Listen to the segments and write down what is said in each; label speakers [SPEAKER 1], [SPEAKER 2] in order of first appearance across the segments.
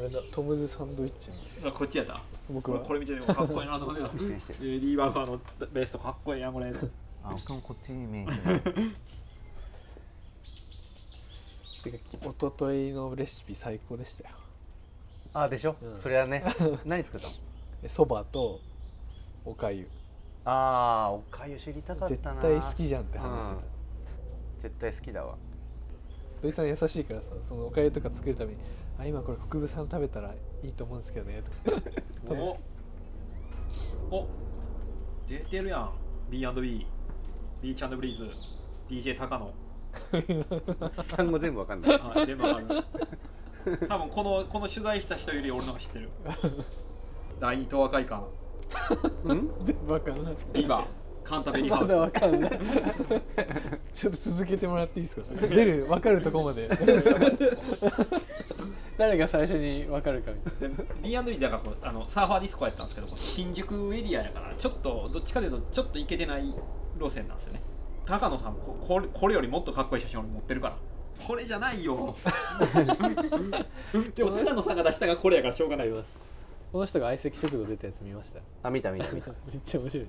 [SPEAKER 1] れだトムズサンドイッチの
[SPEAKER 2] あこっちやった
[SPEAKER 1] 僕
[SPEAKER 2] これ
[SPEAKER 1] は
[SPEAKER 2] これ見ててもかっこいいなと思ってた
[SPEAKER 3] 確かにしてる
[SPEAKER 2] リーバーファーのベースとかかっこいいなこれ
[SPEAKER 3] あ僕もこっちにメインで
[SPEAKER 1] てかき一昨日のレシピ最高でしたよ
[SPEAKER 3] あでしょ、
[SPEAKER 1] うん
[SPEAKER 3] それは ね何作ったの
[SPEAKER 1] そばとおかゆ
[SPEAKER 3] あーおかゆ知りたかっ
[SPEAKER 1] 絶
[SPEAKER 3] たな
[SPEAKER 1] 対好きじゃんって話してた、
[SPEAKER 3] うん絶対好きだわ
[SPEAKER 1] 土井さん優しいからさそのおかゆとか作るために「あ今これ国分さん食べたらいいと思うんですけどね」とか
[SPEAKER 2] おお出てるやん B&B ビーチブリーズ DJ 高野
[SPEAKER 3] 単語全部わかん ない
[SPEAKER 2] あ全部わかる多分このこの取材した人より俺の方が知ってる第二東和会館
[SPEAKER 3] うん
[SPEAKER 1] 全部わかんない
[SPEAKER 2] リバーカンタベリーハ
[SPEAKER 1] ま
[SPEAKER 2] ウ
[SPEAKER 1] だ
[SPEAKER 2] ス
[SPEAKER 1] わかんないちょっと続けてもらっていいですか出るわかるとこまで 誰が最初にわかるかみたいな
[SPEAKER 2] で B&B だからこうあのサーファーディスコやったんですけどこう新宿エリアやからちょっとどっちかというとちょっと行けてない路線なんですよね高野さんここれこれよりもっとかっこいい写真俺持ってるからこれじゃないよ でも高野さんが出したがこれやからしょうがないです
[SPEAKER 1] この人が相席食堂出たやつ見ました
[SPEAKER 3] あ見た見た見
[SPEAKER 1] めったちゃ面白い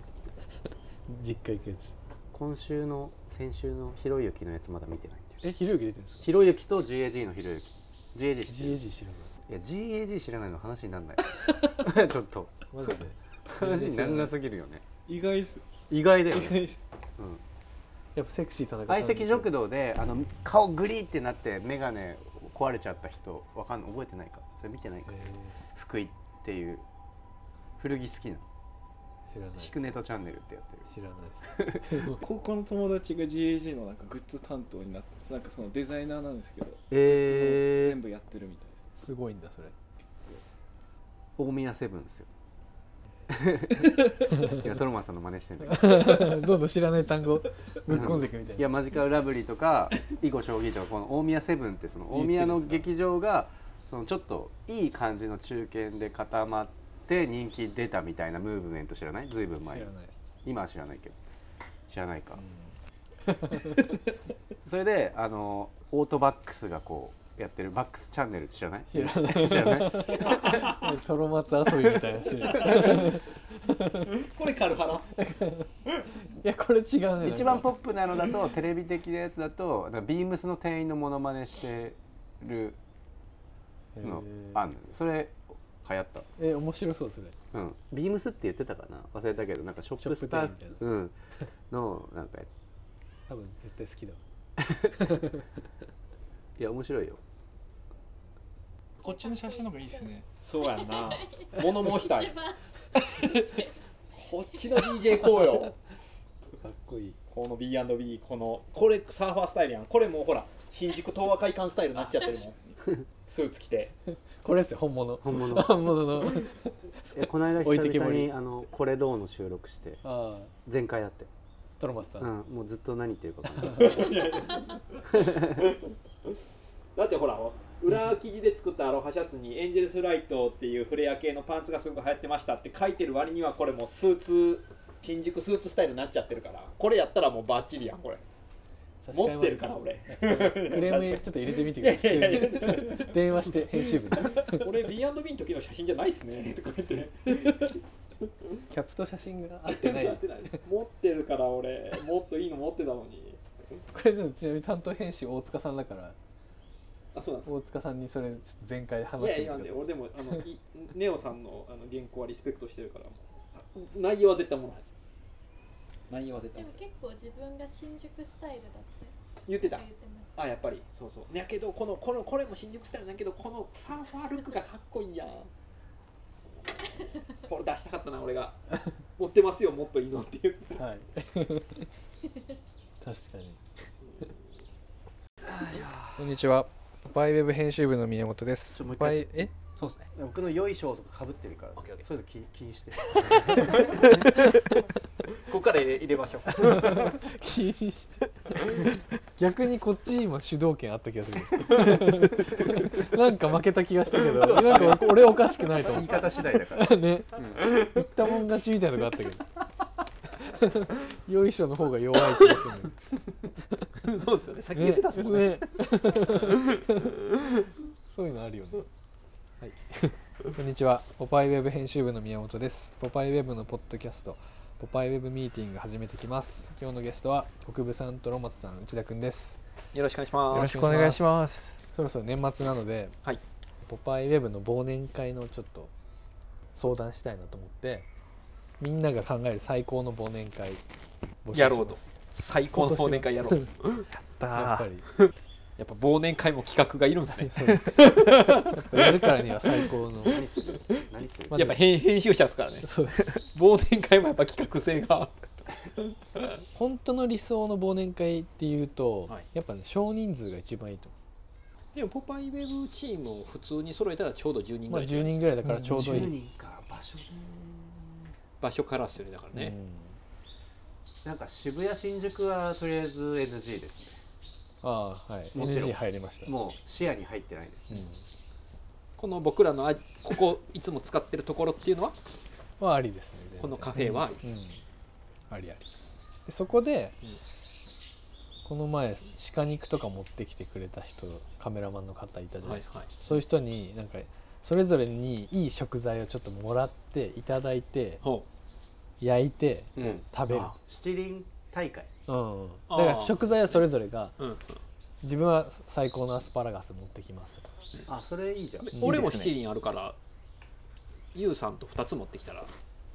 [SPEAKER 1] 実家行くやつ
[SPEAKER 3] 今週の先週のひろゆきのやつまだ見てないんだ
[SPEAKER 1] え
[SPEAKER 3] よ
[SPEAKER 1] ひろゆき出てるんですか
[SPEAKER 3] ひろゆきと GAG のひろゆき GAG 知ってる
[SPEAKER 1] GAG 知らない
[SPEAKER 3] いや GAG 知らないの話になんない ちょっと
[SPEAKER 1] マジで
[SPEAKER 3] 話になんなすぎるよね
[SPEAKER 2] 意外っす
[SPEAKER 3] 意外だよね、
[SPEAKER 2] す
[SPEAKER 3] うん、
[SPEAKER 1] やっぱセクシー田中さん
[SPEAKER 3] 相席食堂であの顔グリーってなって眼鏡壊れちゃった人わかんない覚えてないかそれ見てないか
[SPEAKER 1] え
[SPEAKER 3] 福井っていう古着好きな
[SPEAKER 1] ー知らないです
[SPEAKER 3] ひくねとチャンネルってやってる
[SPEAKER 1] 知らないです
[SPEAKER 4] 高校の友達が GAG のなんかグッズ担当になってなんかそのデザイナーなんですけど、
[SPEAKER 3] え
[SPEAKER 4] 全部やってるみたいです
[SPEAKER 1] ごいんだそれ
[SPEAKER 3] 大宮セブンですよ いやトロマンさんの真似してんだけど
[SPEAKER 1] どんどん知らない単語ぶっ込んでいくみたい
[SPEAKER 3] い
[SPEAKER 1] な
[SPEAKER 3] やマジカルラブリーとか囲碁将棋とかこの大宮セブンってその大宮の劇場がそのちょっといい感じの中堅で固まって人気出たみたいなムーブメント知らないずいぶん前
[SPEAKER 1] 知
[SPEAKER 3] に
[SPEAKER 1] らないです
[SPEAKER 3] 今は知らないけど知らないか、 それであのオートバックスがこうやってるバックスチャンネルって知らない
[SPEAKER 1] 知らない
[SPEAKER 3] 知らない
[SPEAKER 1] トロマツ遊びみ たいなしてる
[SPEAKER 2] これカルハラ
[SPEAKER 1] いやこれ違うね
[SPEAKER 3] 一番ポップなのだとテレビ的なやつだとなんかビームスの店員のモノマネしてる
[SPEAKER 1] ッ
[SPEAKER 3] のあんのよそれ流行った
[SPEAKER 1] えー面白そうそれ
[SPEAKER 3] うん、ビームスって言ってたかな忘れたけどなんかショップスタッフ
[SPEAKER 1] ショップ店み
[SPEAKER 3] うん、のなんか
[SPEAKER 1] 多分絶対好きだわ
[SPEAKER 3] いや面白いよ
[SPEAKER 4] こっちの写真の方がいいですね
[SPEAKER 2] そうや んな物申した
[SPEAKER 5] 一
[SPEAKER 2] い
[SPEAKER 5] 番
[SPEAKER 2] こっちの DJ こうよ
[SPEAKER 1] かっこいい
[SPEAKER 2] この B&B このこれサーファースタイルやんこれもうほら新宿東和会館スタイルになっちゃってるもん スーツ着て
[SPEAKER 1] これですよ本物
[SPEAKER 3] 本 物
[SPEAKER 1] 本物の
[SPEAKER 3] えこの間
[SPEAKER 1] 置いてけ
[SPEAKER 3] 久
[SPEAKER 1] ぼ
[SPEAKER 3] 々
[SPEAKER 1] り
[SPEAKER 3] にあの「これどう?」の収録して
[SPEAKER 1] ああ
[SPEAKER 3] 全開だって、
[SPEAKER 1] トロマツさん、
[SPEAKER 3] う
[SPEAKER 1] あ
[SPEAKER 3] ん、もうずっと何言ってるか分かんない
[SPEAKER 2] だってほら裏生地で作ったアロハシャツにエンジェルスライトっていうフレア系のパンツがすごく流行ってましたって書いてる割にはこれもうスーツ新宿スーツスタイルになっちゃってるからこれやったらもうバッチリやんこれ
[SPEAKER 1] 差し替
[SPEAKER 2] 持
[SPEAKER 1] えます
[SPEAKER 2] ってるから俺
[SPEAKER 1] クレームちょっと入れてみてください
[SPEAKER 2] いやいやいや
[SPEAKER 1] 普通 に電話して編集部に
[SPEAKER 2] 俺 B&B の時の写真じゃないっすね とか言って
[SPEAKER 1] キャップと写真が合ってないこ
[SPEAKER 2] 持ってるから俺もっといいの持ってたのに
[SPEAKER 1] れでもちなみに担当編集大塚さんだから
[SPEAKER 2] あそうなん
[SPEAKER 1] 大塚さんにそれちょっと全開で
[SPEAKER 2] い
[SPEAKER 1] 話し
[SPEAKER 2] やい
[SPEAKER 1] てみて
[SPEAKER 2] や
[SPEAKER 1] ください
[SPEAKER 2] ね俺でもあのいネオさんのあの原稿はリスペクトしてるから内容は絶対もないです内容は絶
[SPEAKER 5] でも結構自分が新宿スタイルだって
[SPEAKER 2] 言って
[SPEAKER 5] 言
[SPEAKER 2] た
[SPEAKER 5] ってました
[SPEAKER 2] あやっぱりそうそうやけどこのこのこれも新宿スタイルだけどこのサーファールックがかっこいいやんそうこれ出したかったな俺が持ってますよもっといいのって言って
[SPEAKER 1] はい 確かにこんにちはバイウェブ編集部の宮本です
[SPEAKER 3] ちょもう一
[SPEAKER 1] バ
[SPEAKER 3] 回
[SPEAKER 1] イえ
[SPEAKER 2] そうですね
[SPEAKER 3] 僕の「よいしょ」とかかぶってるから
[SPEAKER 2] ケーオッケー
[SPEAKER 3] そういうの気気にして
[SPEAKER 2] ここから入れ入れましょう
[SPEAKER 1] 気に して逆にこっち今主導権あった気がする なんか負けた気がした けどなんか俺おかしくないと思
[SPEAKER 3] 言
[SPEAKER 1] っ
[SPEAKER 3] い方次第だから
[SPEAKER 1] た ね言ったもん勝ちみたいなのがあったけど よいしょの方が弱い気がす る
[SPEAKER 2] そうですよねさ
[SPEAKER 1] さ
[SPEAKER 2] っ き言ってたっすもんね
[SPEAKER 1] そういうのあるよねはい、 こんにちはポパイウェブ編集部の宮本ですポパイウェブのポッドキャストポパイウェブミーティング始めてきます今日のゲストは国分さんとロマツさん内田くんです
[SPEAKER 2] よろしくお願いし
[SPEAKER 6] よ
[SPEAKER 2] ま
[SPEAKER 6] ろ
[SPEAKER 2] す
[SPEAKER 6] しくお願いします。
[SPEAKER 1] そろそろ年末なので、
[SPEAKER 2] はい
[SPEAKER 1] ポパイウェブの忘年会のちょっと相談したいなと思ってみんなが考える最高の忘年会募集します
[SPEAKER 2] やろうと最高の忘年会やろう
[SPEAKER 1] やっぱ
[SPEAKER 6] だ
[SPEAKER 1] り
[SPEAKER 2] やっぱ忘年会も企画がいるん ですね
[SPEAKER 1] そうやっぱやるからには最高の
[SPEAKER 3] 何する何する
[SPEAKER 1] まず
[SPEAKER 2] やっぱ編編集者ですからね
[SPEAKER 1] そう
[SPEAKER 2] 忘年会もやっぱ企画性が
[SPEAKER 1] 本当の理想の忘年会っていうと、
[SPEAKER 2] はい
[SPEAKER 1] やっぱね少人数が一番いいと
[SPEAKER 2] でもポパイウェブチームを普通に揃えたらちょうど10人
[SPEAKER 1] 思
[SPEAKER 2] ぐ
[SPEAKER 1] う、まあ、
[SPEAKER 2] らいじゃ
[SPEAKER 1] 10
[SPEAKER 2] ないですか、
[SPEAKER 1] 人ぐらいだからちょうどいい、
[SPEAKER 3] 10人か場所
[SPEAKER 2] 場所からっすよねだからね、
[SPEAKER 1] うん
[SPEAKER 3] なんか渋谷新宿はとりあえず NG ですね
[SPEAKER 1] ああはい
[SPEAKER 3] もちろん
[SPEAKER 1] NG 入りました
[SPEAKER 3] もう視野に入ってないです
[SPEAKER 1] うん
[SPEAKER 2] この僕らのあここいつも使ってるところっていうのは
[SPEAKER 1] はありですね全然
[SPEAKER 2] このカフェは
[SPEAKER 1] うん、うんありありでそこで、
[SPEAKER 2] うん
[SPEAKER 1] この前鹿肉とか持ってきてくれた人カメラマンの方いたじゃない
[SPEAKER 2] は
[SPEAKER 1] で
[SPEAKER 2] い
[SPEAKER 1] すか、
[SPEAKER 2] はい
[SPEAKER 1] そういう人になんかそれぞれにいい食材をちょっともらっていただいて
[SPEAKER 2] ほ
[SPEAKER 1] 焼いて
[SPEAKER 2] う、うん
[SPEAKER 1] 食べる
[SPEAKER 3] あ七輪大会
[SPEAKER 1] うん、
[SPEAKER 2] あ
[SPEAKER 1] だ
[SPEAKER 2] ー
[SPEAKER 1] から食材はそれぞれが
[SPEAKER 2] うんうん
[SPEAKER 1] 自分は最高のアスパラガス持ってきますとか
[SPEAKER 3] あそれいいじゃん
[SPEAKER 2] 俺も七輪あるからゆうさんと2つ持ってきたら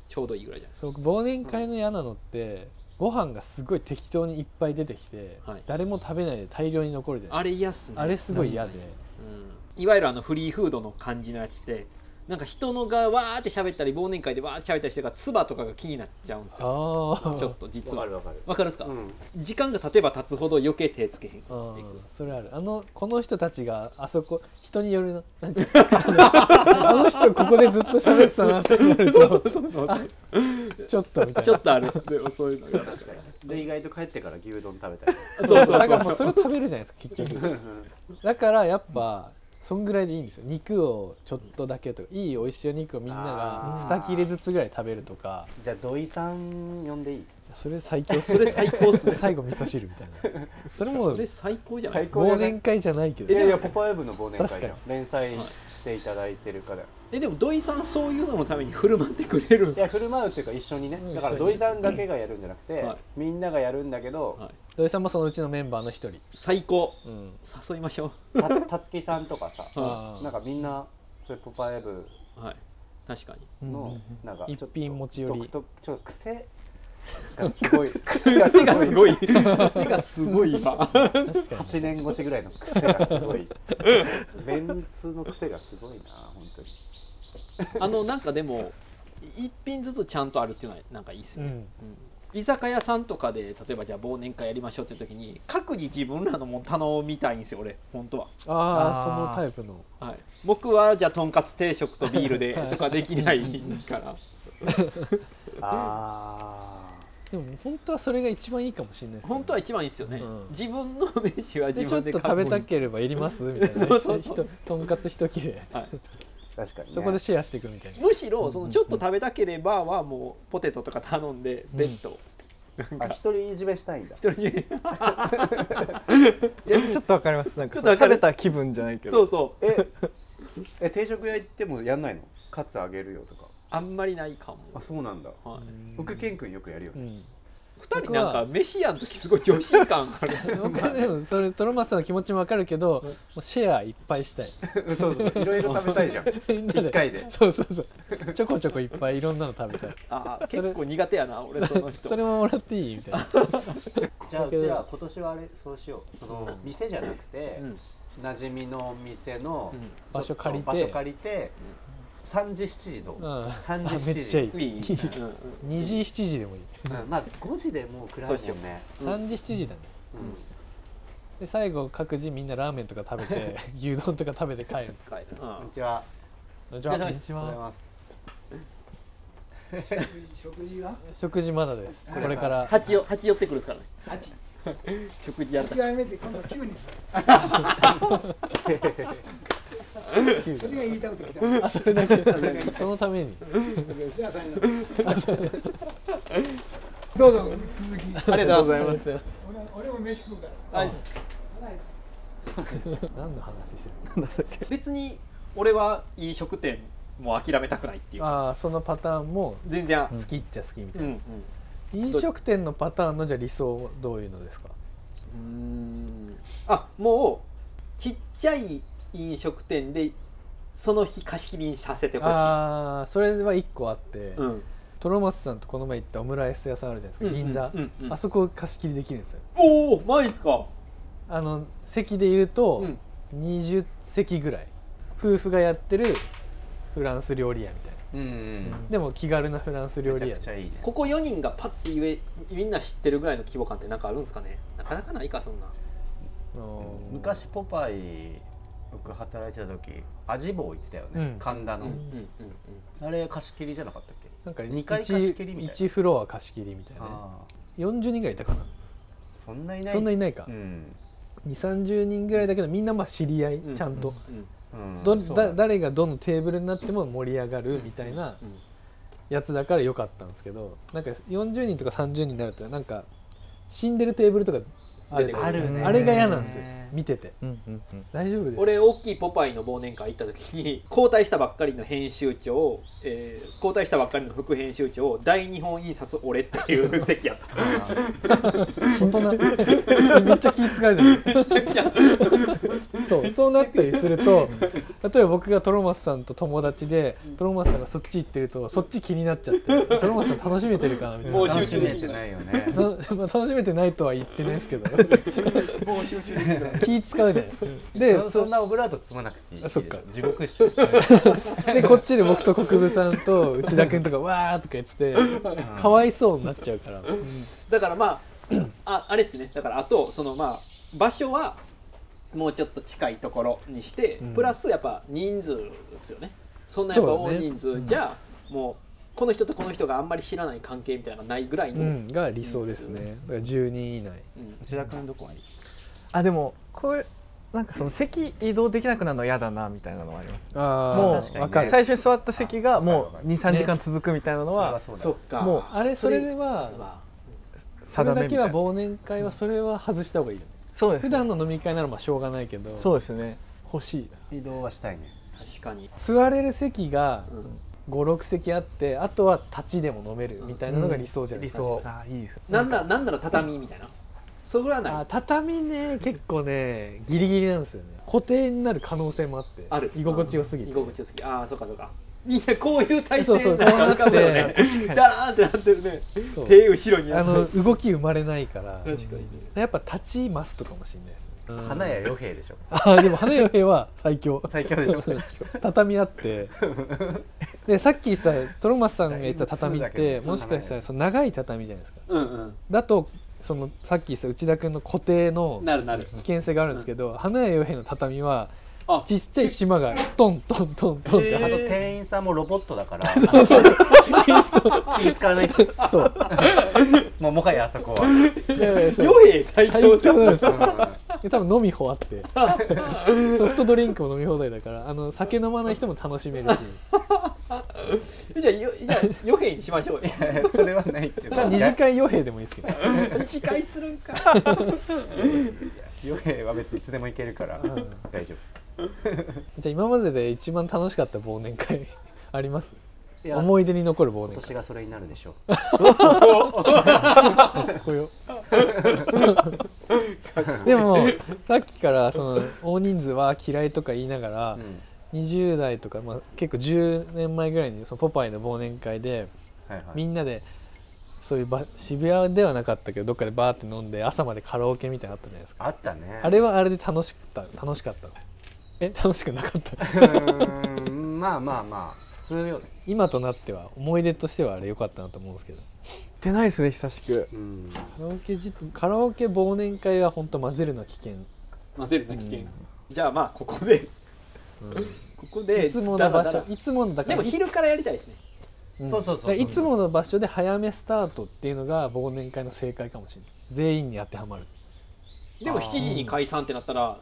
[SPEAKER 2] ちょうどいいぐらいじゃないです
[SPEAKER 1] そう忘年会の嫌なのって、ご飯がすごい適当にいっぱい出てきて、
[SPEAKER 2] はい
[SPEAKER 1] 誰も食べないで大量に残るじゃ
[SPEAKER 2] か
[SPEAKER 1] ない
[SPEAKER 2] あれ嫌っすね
[SPEAKER 1] あれすごい嫌で、
[SPEAKER 2] うん、いわゆるあのフリーフードの感じのやつでなんか人のがわーって喋ったり忘年会でわーって喋ったりしてるから唾とかが気になっちゃうんですよ
[SPEAKER 1] ああ
[SPEAKER 2] ちょっと実
[SPEAKER 3] わか
[SPEAKER 2] は
[SPEAKER 3] るわかる
[SPEAKER 2] わかるっすか、
[SPEAKER 3] うん
[SPEAKER 2] 時間が経てば経つほど余計手つけへんってい
[SPEAKER 1] うん
[SPEAKER 2] く
[SPEAKER 1] それあるあのこの人たちがあそこ人によるなな んかあの人ここでずっと喋ってたなって なると
[SPEAKER 2] そうそうそう
[SPEAKER 1] ちょっとみたいな
[SPEAKER 2] ちょっとあるでもそういうのが
[SPEAKER 3] 確かにで意外と帰ってから牛丼食べたり
[SPEAKER 2] そうそう
[SPEAKER 1] だから
[SPEAKER 2] そ
[SPEAKER 1] も
[SPEAKER 2] う
[SPEAKER 1] うそれを食べるじゃないですか結局だからやっぱそんぐらいでいいんですよ肉をちょっとだけとかいい美味しいお肉をみんなが
[SPEAKER 3] あー
[SPEAKER 1] 2切れずつぐらい食べるとか
[SPEAKER 3] じゃあ土井さん呼んでいい
[SPEAKER 1] それ最強っす
[SPEAKER 2] それ最高っすね
[SPEAKER 1] 最後味噌汁みたいなそれも
[SPEAKER 2] それ最高じゃないですか
[SPEAKER 3] 最高じ
[SPEAKER 1] 忘
[SPEAKER 3] ゃない
[SPEAKER 1] 年会じゃないけ
[SPEAKER 3] い
[SPEAKER 1] ど
[SPEAKER 3] やいや「ポパイブの忘年会じゃん
[SPEAKER 1] 確
[SPEAKER 3] 連載していただいてるからい
[SPEAKER 2] えでも土井さんそういうののために振る舞ってくれるんです
[SPEAKER 3] や
[SPEAKER 2] か
[SPEAKER 3] 振る舞うっていうか一緒にね
[SPEAKER 1] うん
[SPEAKER 3] だから土井さんだけがやるんじゃなくて
[SPEAKER 2] はい
[SPEAKER 3] みんながやるんだけ
[SPEAKER 2] は
[SPEAKER 3] ど
[SPEAKER 2] い
[SPEAKER 1] 土井さんもそのうちのメンバーの一人、
[SPEAKER 2] 最高
[SPEAKER 1] うん、
[SPEAKER 2] 誘いましょ
[SPEAKER 3] たたつきさんとかさ
[SPEAKER 1] あー
[SPEAKER 3] なんかみんなそういうポパイブ
[SPEAKER 2] うはい確かに
[SPEAKER 3] のなんかちょっと
[SPEAKER 1] 一品持ち寄り
[SPEAKER 3] 独特ちょっと癖がすごい癖が
[SPEAKER 2] 背がすご
[SPEAKER 3] い
[SPEAKER 2] い背がすごいわ
[SPEAKER 1] 確かに
[SPEAKER 3] 8年越しぐらいの癖がすごいメンツの癖がすごいな本当に
[SPEAKER 2] あのなんかでも一品ずつちゃんとあるっていうのはなんかいいっす
[SPEAKER 1] う
[SPEAKER 2] ね、
[SPEAKER 1] ん
[SPEAKER 2] うん居酒屋さんとかで例えばじゃあ忘年会やりましょうって時に各自自分らのも頼みたいんですよ俺本当は、
[SPEAKER 1] ああ
[SPEAKER 6] あー
[SPEAKER 1] そのタイプの
[SPEAKER 2] はい、僕はじゃあとんかつ定食とビール でとかできないから
[SPEAKER 3] あ
[SPEAKER 1] でも本当はそれが一番いいかもしれないですけどね
[SPEAKER 2] 本当は一番いいっすよね、
[SPEAKER 1] うん
[SPEAKER 2] 自分の飯は自
[SPEAKER 1] でちょ
[SPEAKER 2] 分
[SPEAKER 1] っ
[SPEAKER 2] で
[SPEAKER 1] と食べた
[SPEAKER 2] け
[SPEAKER 1] ければいりますみたい
[SPEAKER 2] そ
[SPEAKER 1] な
[SPEAKER 2] うそうそう
[SPEAKER 1] ひととんかつ一切れ
[SPEAKER 2] はい、
[SPEAKER 3] あ確かにね
[SPEAKER 1] そこでシェアしていくみたいな
[SPEAKER 2] むしろそのちょっと食べたければはもうポテトとか頼んで弁当、
[SPEAKER 3] あ一人いじめしたいんだ
[SPEAKER 2] 一人で
[SPEAKER 6] いやちょっとわかります。なんか
[SPEAKER 2] ちょっとわか
[SPEAKER 6] 食
[SPEAKER 2] る
[SPEAKER 6] べた気分じゃないけ ど。
[SPEAKER 2] そうそう
[SPEAKER 3] ええ定食屋行ってもやんないのカツあげるよとか
[SPEAKER 2] あんまりないかも、
[SPEAKER 3] あそうなんだ
[SPEAKER 2] はい、
[SPEAKER 3] 僕ケン君よくやるよ
[SPEAKER 1] う
[SPEAKER 3] ね、
[SPEAKER 1] ん
[SPEAKER 2] 2人なんか飯やん時すごい女子感ある
[SPEAKER 1] 僕はでもそれトロマスさんの気持ちもわかるけど、もうシェアいっぱいした い
[SPEAKER 3] そうそういろいろ食べたいじゃん
[SPEAKER 1] みんな
[SPEAKER 3] 一回で
[SPEAKER 1] そうそうそうちょこちょこいっぱいいろんなの食べ たい
[SPEAKER 2] あー
[SPEAKER 1] それ
[SPEAKER 2] 結構苦手やな俺その人
[SPEAKER 1] それももらっていいみたい な
[SPEAKER 3] じゃあうちは今年はあれそうしようその店じゃなくて、
[SPEAKER 2] うん
[SPEAKER 3] 馴染みのお店の、
[SPEAKER 2] うん
[SPEAKER 1] 場所借りて
[SPEAKER 3] 場所借りて、3時7時どう、
[SPEAKER 1] うん
[SPEAKER 3] 3時
[SPEAKER 1] あ
[SPEAKER 3] 7時
[SPEAKER 1] めっちゃいい
[SPEAKER 2] いいいいうんうん
[SPEAKER 1] 2時7時でもいい
[SPEAKER 3] うんまあ5時でもう暗いも
[SPEAKER 2] そうしよ
[SPEAKER 3] んね
[SPEAKER 2] うん
[SPEAKER 1] 3時7時だね
[SPEAKER 3] うん
[SPEAKER 1] で最後各自みんなラーメンとか食べ て牛丼とか食べて帰る
[SPEAKER 2] 帰るう
[SPEAKER 3] こん
[SPEAKER 2] ん
[SPEAKER 3] にちは
[SPEAKER 1] じゃ
[SPEAKER 2] お疲れ様
[SPEAKER 1] あ
[SPEAKER 2] です
[SPEAKER 3] おはようございます
[SPEAKER 7] 食事が
[SPEAKER 1] 食事まだですこれから
[SPEAKER 2] 蜂よ蜂寄ってくるですからね
[SPEAKER 7] 8,
[SPEAKER 2] 食事やる
[SPEAKER 7] 8回目で今度は9にするそれが言いたくて来た
[SPEAKER 1] あそれだけそのために
[SPEAKER 7] じゃあ最後どうぞ続き
[SPEAKER 2] ありがとうござい
[SPEAKER 1] ありがとう
[SPEAKER 2] ま
[SPEAKER 1] ございます
[SPEAKER 7] 俺俺も飯食うから
[SPEAKER 2] す
[SPEAKER 1] 何の話してる
[SPEAKER 2] 別に俺は飲食店も諦めたくないっていう
[SPEAKER 1] ああそのパターンも
[SPEAKER 2] 全然
[SPEAKER 1] 好きっちゃ好きみたい
[SPEAKER 2] うんうん
[SPEAKER 1] な、飲食店のパターンのじゃあ理想はどういうのですか
[SPEAKER 2] うんあもうちっちゃい飲食店でその日貸し切りにさせてほしい
[SPEAKER 1] ああそれは一個あって、
[SPEAKER 2] うん
[SPEAKER 1] トロマツさんとこの前行ったオムライス屋さんあるじゃないですか、銀座、
[SPEAKER 2] うんうんうん
[SPEAKER 1] あそこ貸し切りできるんですよ
[SPEAKER 2] おおマジっすか
[SPEAKER 1] あの席で言うと
[SPEAKER 2] うん
[SPEAKER 1] 20席ぐらい、夫婦がやってるフランス料理屋みたい
[SPEAKER 3] うんうん
[SPEAKER 1] なでも気軽なフランス料
[SPEAKER 3] めち
[SPEAKER 1] 理
[SPEAKER 3] ゃ
[SPEAKER 1] 屋
[SPEAKER 3] くちゃいいね
[SPEAKER 2] ここ4人がパッて言えみんな知ってるぐらいの規模感ってなんかあるんですかねなかなかないかそんな
[SPEAKER 1] うん
[SPEAKER 3] 昔ポパイ僕働いてた時味棒行ってたよね、
[SPEAKER 1] うん
[SPEAKER 3] 神田
[SPEAKER 2] う
[SPEAKER 3] の、
[SPEAKER 2] んうん
[SPEAKER 3] あれ貸し切りじゃなかったっけ
[SPEAKER 1] なんか
[SPEAKER 3] 二回貸し切りみたいな
[SPEAKER 1] 1フロア貸し切りみたいなね
[SPEAKER 3] あ
[SPEAKER 1] 40人ぐらいいたかな
[SPEAKER 3] あそんないない
[SPEAKER 1] そんないないか
[SPEAKER 3] う、ん、
[SPEAKER 1] 2 3 0人ぐらいだけどみんなまあ知り合い、
[SPEAKER 2] うん
[SPEAKER 1] ちゃんと、
[SPEAKER 2] うんうん
[SPEAKER 3] うん
[SPEAKER 1] ど
[SPEAKER 3] そう
[SPEAKER 1] だ誰がどのテーブルになっても盛り上がるみたいな
[SPEAKER 2] うん
[SPEAKER 1] やつだから良かったんですけどなんか40人とか30人になるとなんか死んでるテーブルとか出てく
[SPEAKER 3] あるね
[SPEAKER 1] あれが嫌なんですよ見てて
[SPEAKER 6] うんうんうん
[SPEAKER 1] 大丈夫です
[SPEAKER 2] 俺大きいポパイの忘年会行った時に交代したばっかりの編集長、えー交代したばっかりの副編集長大日本印刷俺っていう席や った
[SPEAKER 1] 大人めっちゃ気使うじゃんそうそうなったりすると例えば僕がトロマスさんと友達でトロマスさんがそっち行ってるとそっち気になっちゃってトロマスさん楽しめてるかなみたいな
[SPEAKER 2] もう
[SPEAKER 3] 楽
[SPEAKER 2] 集
[SPEAKER 3] し
[SPEAKER 2] 中
[SPEAKER 3] め
[SPEAKER 2] でき
[SPEAKER 3] て
[SPEAKER 2] ない
[SPEAKER 3] ないよ ね
[SPEAKER 1] なまあ楽しめてないとは言ってないですけど
[SPEAKER 2] もう集中できない
[SPEAKER 1] 気使うじゃないですか
[SPEAKER 3] で
[SPEAKER 1] で
[SPEAKER 3] そ
[SPEAKER 1] そ
[SPEAKER 3] んなオブラート積まなくていい
[SPEAKER 1] あそっか
[SPEAKER 3] 地獄っしょ
[SPEAKER 1] でこっちで僕と国分さんと内田君とかわーとか言っててかわいそうになっちゃうから
[SPEAKER 2] だからまあああれですねだからあとそのまあ場所はもうちょっと近いところにして、
[SPEAKER 1] うん
[SPEAKER 2] プラスやっぱ人数ですよねそんなやっぱ
[SPEAKER 1] そうだ
[SPEAKER 2] 大
[SPEAKER 1] ね
[SPEAKER 2] 人数じゃ、もうこの人とこの人があんまり知らない関係みたいなのがないぐらいうの、
[SPEAKER 1] んが理想ですねだから10人以内
[SPEAKER 2] うん
[SPEAKER 3] 内田君どこがいい
[SPEAKER 6] あでもこれなんかその席移動できなくなるの嫌だなみたいなのはあります
[SPEAKER 1] あ
[SPEAKER 6] もう
[SPEAKER 1] も
[SPEAKER 6] 確
[SPEAKER 3] か
[SPEAKER 1] う
[SPEAKER 3] にね
[SPEAKER 1] わかる
[SPEAKER 6] 最初に座った席がもう
[SPEAKER 3] あ
[SPEAKER 6] 23時間続くみたいなのは
[SPEAKER 3] それは
[SPEAKER 2] そっ
[SPEAKER 3] そ
[SPEAKER 2] か
[SPEAKER 6] もう
[SPEAKER 1] あれそれで
[SPEAKER 2] は
[SPEAKER 1] はそれ
[SPEAKER 6] 定め
[SPEAKER 1] だ
[SPEAKER 6] みた
[SPEAKER 1] け
[SPEAKER 6] い
[SPEAKER 1] は
[SPEAKER 6] な
[SPEAKER 1] 忘年会はそれは外した方がいいよね
[SPEAKER 6] そうです
[SPEAKER 1] 普
[SPEAKER 6] ね
[SPEAKER 1] 段の飲み会ならまあしょうがないけど
[SPEAKER 6] そうですね
[SPEAKER 1] 欲しいう
[SPEAKER 3] だ移動はしたいね
[SPEAKER 2] 確かに、
[SPEAKER 1] 座れる席が
[SPEAKER 2] うん
[SPEAKER 1] 56席あってあとは立ちでも飲めるみたいなのが理想じゃないですか、
[SPEAKER 6] あいいです
[SPEAKER 2] なんならなんなら畳みたいなそれはな
[SPEAKER 1] あ
[SPEAKER 2] い
[SPEAKER 1] 畳ね結構ねギリギリなんですよね固定になる可能性もあって
[SPEAKER 2] ある
[SPEAKER 1] 居心地よすぎて
[SPEAKER 2] 居心地よすぎてああそうかそうかいやこういう体
[SPEAKER 1] そう
[SPEAKER 2] 勢
[SPEAKER 1] そう
[SPEAKER 2] になる
[SPEAKER 1] こうなって
[SPEAKER 2] ねダーンってなってるね
[SPEAKER 1] そう
[SPEAKER 2] 手後ろに
[SPEAKER 1] あ
[SPEAKER 2] あ
[SPEAKER 1] の
[SPEAKER 2] の
[SPEAKER 1] 動き生まれないから
[SPEAKER 2] 確かにね
[SPEAKER 1] やっぱ立ちますとかもしれないですね、
[SPEAKER 3] 花屋与兵で しょ
[SPEAKER 1] あーでも花嫁は最強
[SPEAKER 3] 最強でしょ
[SPEAKER 1] 畳あってでさっきさトロマスさんが言った畳っ
[SPEAKER 3] だい
[SPEAKER 1] て
[SPEAKER 3] ぶ通だけど
[SPEAKER 1] もしかしたらその長い畳じゃないですか
[SPEAKER 2] うん
[SPEAKER 1] だとそのさっきさ内田君の固定
[SPEAKER 2] う
[SPEAKER 1] の
[SPEAKER 2] んなるなる
[SPEAKER 1] 危険性があるんですけど花屋洋平の畳は
[SPEAKER 2] あ
[SPEAKER 1] ちっちゃい島がトントントントンって
[SPEAKER 3] あと
[SPEAKER 1] 張っ
[SPEAKER 3] 店員さんもロボットだ からあの気使わないっす
[SPEAKER 1] てそう
[SPEAKER 3] もうもはやあそこは
[SPEAKER 1] いやいやそう
[SPEAKER 2] よえ最
[SPEAKER 1] 最
[SPEAKER 2] 強じゃ
[SPEAKER 1] 強なん
[SPEAKER 2] ん
[SPEAKER 1] ですよで多分飲み放あってソフトドリンクも飲み放題だからあの酒飲まない人も楽しめるし
[SPEAKER 2] じゃあよじゃあよへにしましょうよ
[SPEAKER 3] それはないけど
[SPEAKER 1] まあ二次会傭兵でもいいですけど
[SPEAKER 2] 次回するんか
[SPEAKER 3] 予兵は別にいつでも行けるから
[SPEAKER 1] うん
[SPEAKER 3] 大丈夫
[SPEAKER 1] じゃあ今までで一番楽しかった忘年会 あります
[SPEAKER 3] いや今
[SPEAKER 1] 思い出に残る忘年
[SPEAKER 3] 年がそれになるでしょ
[SPEAKER 1] 会こよでもさっきからその大人数は嫌いとか言いながら、
[SPEAKER 3] う、ん
[SPEAKER 1] 20代とか、まあ、結構10年前ぐらいにそのポパイの忘年会で、
[SPEAKER 3] はいはい、
[SPEAKER 1] みんなでそういうば渋谷ではなかったけどどっかでバーって飲んで朝までカラオケみたいなのあったじゃないですか
[SPEAKER 3] あったね
[SPEAKER 1] あれはあれで楽しかった楽しかったのえ楽しくなかった
[SPEAKER 3] うーんまあまあまあ普通よね
[SPEAKER 1] 今となっては思い出としてはあれ良かったなと思うんですけど
[SPEAKER 6] 行ってないですね久しく
[SPEAKER 3] うん
[SPEAKER 1] カラオケじカラオケ忘年会は本当混ぜるのは危険、
[SPEAKER 2] 混ぜるな危険じゃあまあここでここで
[SPEAKER 1] いつも
[SPEAKER 2] だ
[SPEAKER 1] の
[SPEAKER 2] らだ
[SPEAKER 1] 場
[SPEAKER 2] ら
[SPEAKER 1] 所いつものだか
[SPEAKER 2] で
[SPEAKER 1] ら
[SPEAKER 2] も昼からやりたいですね
[SPEAKER 1] うん
[SPEAKER 3] そうそう
[SPEAKER 1] だ
[SPEAKER 3] そう
[SPEAKER 1] からいつもの場所で早めスタートっていうのが忘年会の正解かもしれない全員に当てはまる
[SPEAKER 2] でも7時に解散ってなったら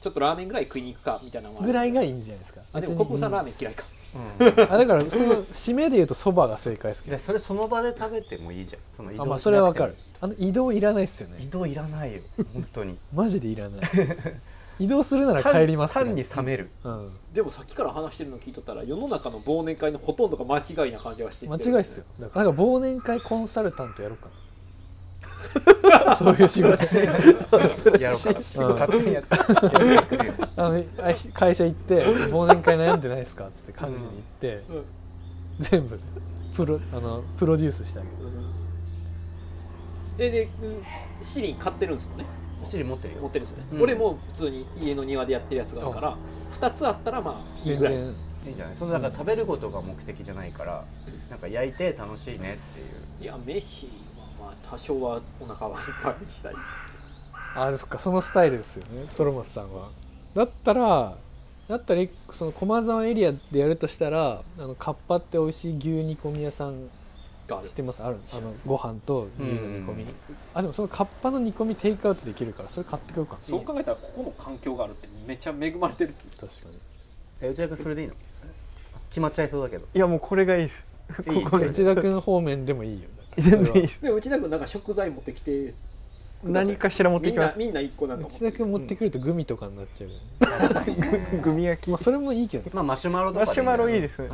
[SPEAKER 2] ちょっとラーメンぐらい食いに行くかみたいなのもある
[SPEAKER 1] ぐらいがいいんじゃないですか
[SPEAKER 2] あでも
[SPEAKER 1] 別に
[SPEAKER 2] 国分さんラーメン嫌いか
[SPEAKER 3] うん
[SPEAKER 1] あだからその締めで言うとそばが正解ですけ
[SPEAKER 3] で
[SPEAKER 1] ど
[SPEAKER 3] それその場で食べてもいいじゃんその移動
[SPEAKER 1] あまあそ
[SPEAKER 3] しなくても
[SPEAKER 1] れはわかるあの移動いらないっすよね
[SPEAKER 3] 移動いらないよ本当に
[SPEAKER 1] マジでいらない移動するなら帰ります、ね、
[SPEAKER 3] 単に冷める
[SPEAKER 1] うん
[SPEAKER 2] でもさっきから話してるの聞いとったら世の中の忘年会のほとんどが間違いな感じがしてき
[SPEAKER 1] 間
[SPEAKER 2] て
[SPEAKER 1] 違いっすよだからなんか忘年会コンサルタントやろうかなそういう仕事
[SPEAKER 6] やろうか
[SPEAKER 1] うん
[SPEAKER 6] な勝手にやってやってくれよ
[SPEAKER 1] あのあ会社行って「忘年会悩んでないですか?」っつって幹事に行って、
[SPEAKER 2] うんうん
[SPEAKER 1] 全部プロあのプロデュースしてあげる
[SPEAKER 2] えで、うんシリン買ってるんですもんね
[SPEAKER 3] 七人持ってる
[SPEAKER 2] 持ってるんですよね、
[SPEAKER 3] うん
[SPEAKER 2] 俺も普通に家の庭でやってるやつがあるから2つあったらまあいい
[SPEAKER 1] 全
[SPEAKER 2] ぐらい
[SPEAKER 1] 然
[SPEAKER 3] いいんじゃないそのだから食べることが目的じゃないからなんか焼いて楽しいねっていう
[SPEAKER 2] いや飯はまあ多少はお腹はいっぱいにしたい
[SPEAKER 1] あそっかそのスタイルですよねトロマスさんはだったらだったらその駒沢エリアでやるとしたらあのカッパって美味しい牛煮込み屋さん
[SPEAKER 2] がある
[SPEAKER 1] 知ってますあるあのご飯と牛の煮込み、
[SPEAKER 3] うんうん
[SPEAKER 1] あでもそのカッパの煮込みテイクアウトできるからそれ買ってくるか
[SPEAKER 2] そう考えたらここの環境があるってめちゃ恵まれてるっすね
[SPEAKER 1] 確かに
[SPEAKER 3] え内田君それでいいの決まっちゃいそうだけど
[SPEAKER 6] いやもうこれがいいです
[SPEAKER 3] いい
[SPEAKER 6] ここに
[SPEAKER 1] 内田君方面でもいいよ
[SPEAKER 6] 全然いいです
[SPEAKER 2] で内田君なんか食材持ってきて
[SPEAKER 6] 何かしら持って
[SPEAKER 2] みん
[SPEAKER 6] きま
[SPEAKER 2] な
[SPEAKER 6] す
[SPEAKER 2] みんな1個なんか持っ
[SPEAKER 1] 内
[SPEAKER 2] て
[SPEAKER 1] 田君持ってくるとグミとかになっちゃうよね、
[SPEAKER 6] グミ焼き
[SPEAKER 1] まあそれもいいけどね
[SPEAKER 3] まあマシュマロとか
[SPEAKER 6] マシュマロいいですすね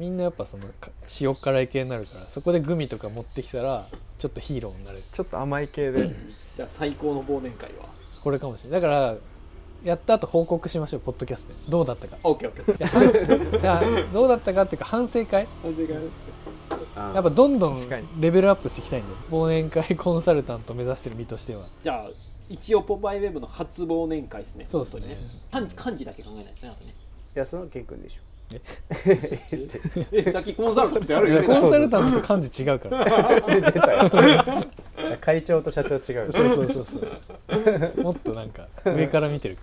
[SPEAKER 1] みんなやっぱそのか塩辛い系になるからそこでグミとか持ってきたらちょっとヒーローになる
[SPEAKER 6] ちょっと甘い系で
[SPEAKER 2] じゃあ最高の忘年会は
[SPEAKER 1] これかもしれないだからやった後報告しましょうポッドキャストでどうだったか
[SPEAKER 2] OKOK
[SPEAKER 1] いやはいや どうだったかっていうか反省会
[SPEAKER 3] や
[SPEAKER 1] やっぱどんどん
[SPEAKER 6] 確かに
[SPEAKER 1] レベルアップしていきたいんで忘年会コンサルタント目指してる身と しては
[SPEAKER 2] じゃあ一応ポパイウェブの初忘年会ですね
[SPEAKER 1] そうですね
[SPEAKER 2] 本当に漢字漢字だけ考えないとね あとね
[SPEAKER 3] いやそのケン君でしょ
[SPEAKER 2] えさっきコンサルタントやる
[SPEAKER 1] い
[SPEAKER 2] よ
[SPEAKER 1] や
[SPEAKER 2] ね
[SPEAKER 1] コンサルタントと漢字違うから
[SPEAKER 3] 出たよ会長と社長違う
[SPEAKER 1] そうそうそうそうもっとなんか上から見てる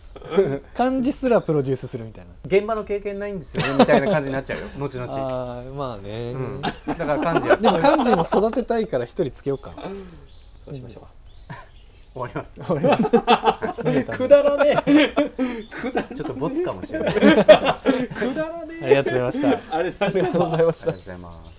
[SPEAKER 1] 漢字すらプロデュースするみたいな
[SPEAKER 3] 現場の経験ないんですよねみたいな感じになっちゃうよ後々、
[SPEAKER 1] あーまあね、
[SPEAKER 3] うん、だから漢字は
[SPEAKER 1] でも漢字も育てたいから一人つけようか
[SPEAKER 2] そうしましょうか
[SPEAKER 3] 終わります
[SPEAKER 1] 俺は
[SPEAKER 2] くだらね え
[SPEAKER 3] ちょっと ボツかもしれないあり
[SPEAKER 2] くだらね
[SPEAKER 1] ありがとうございました
[SPEAKER 2] えあれ出した
[SPEAKER 3] がとうございます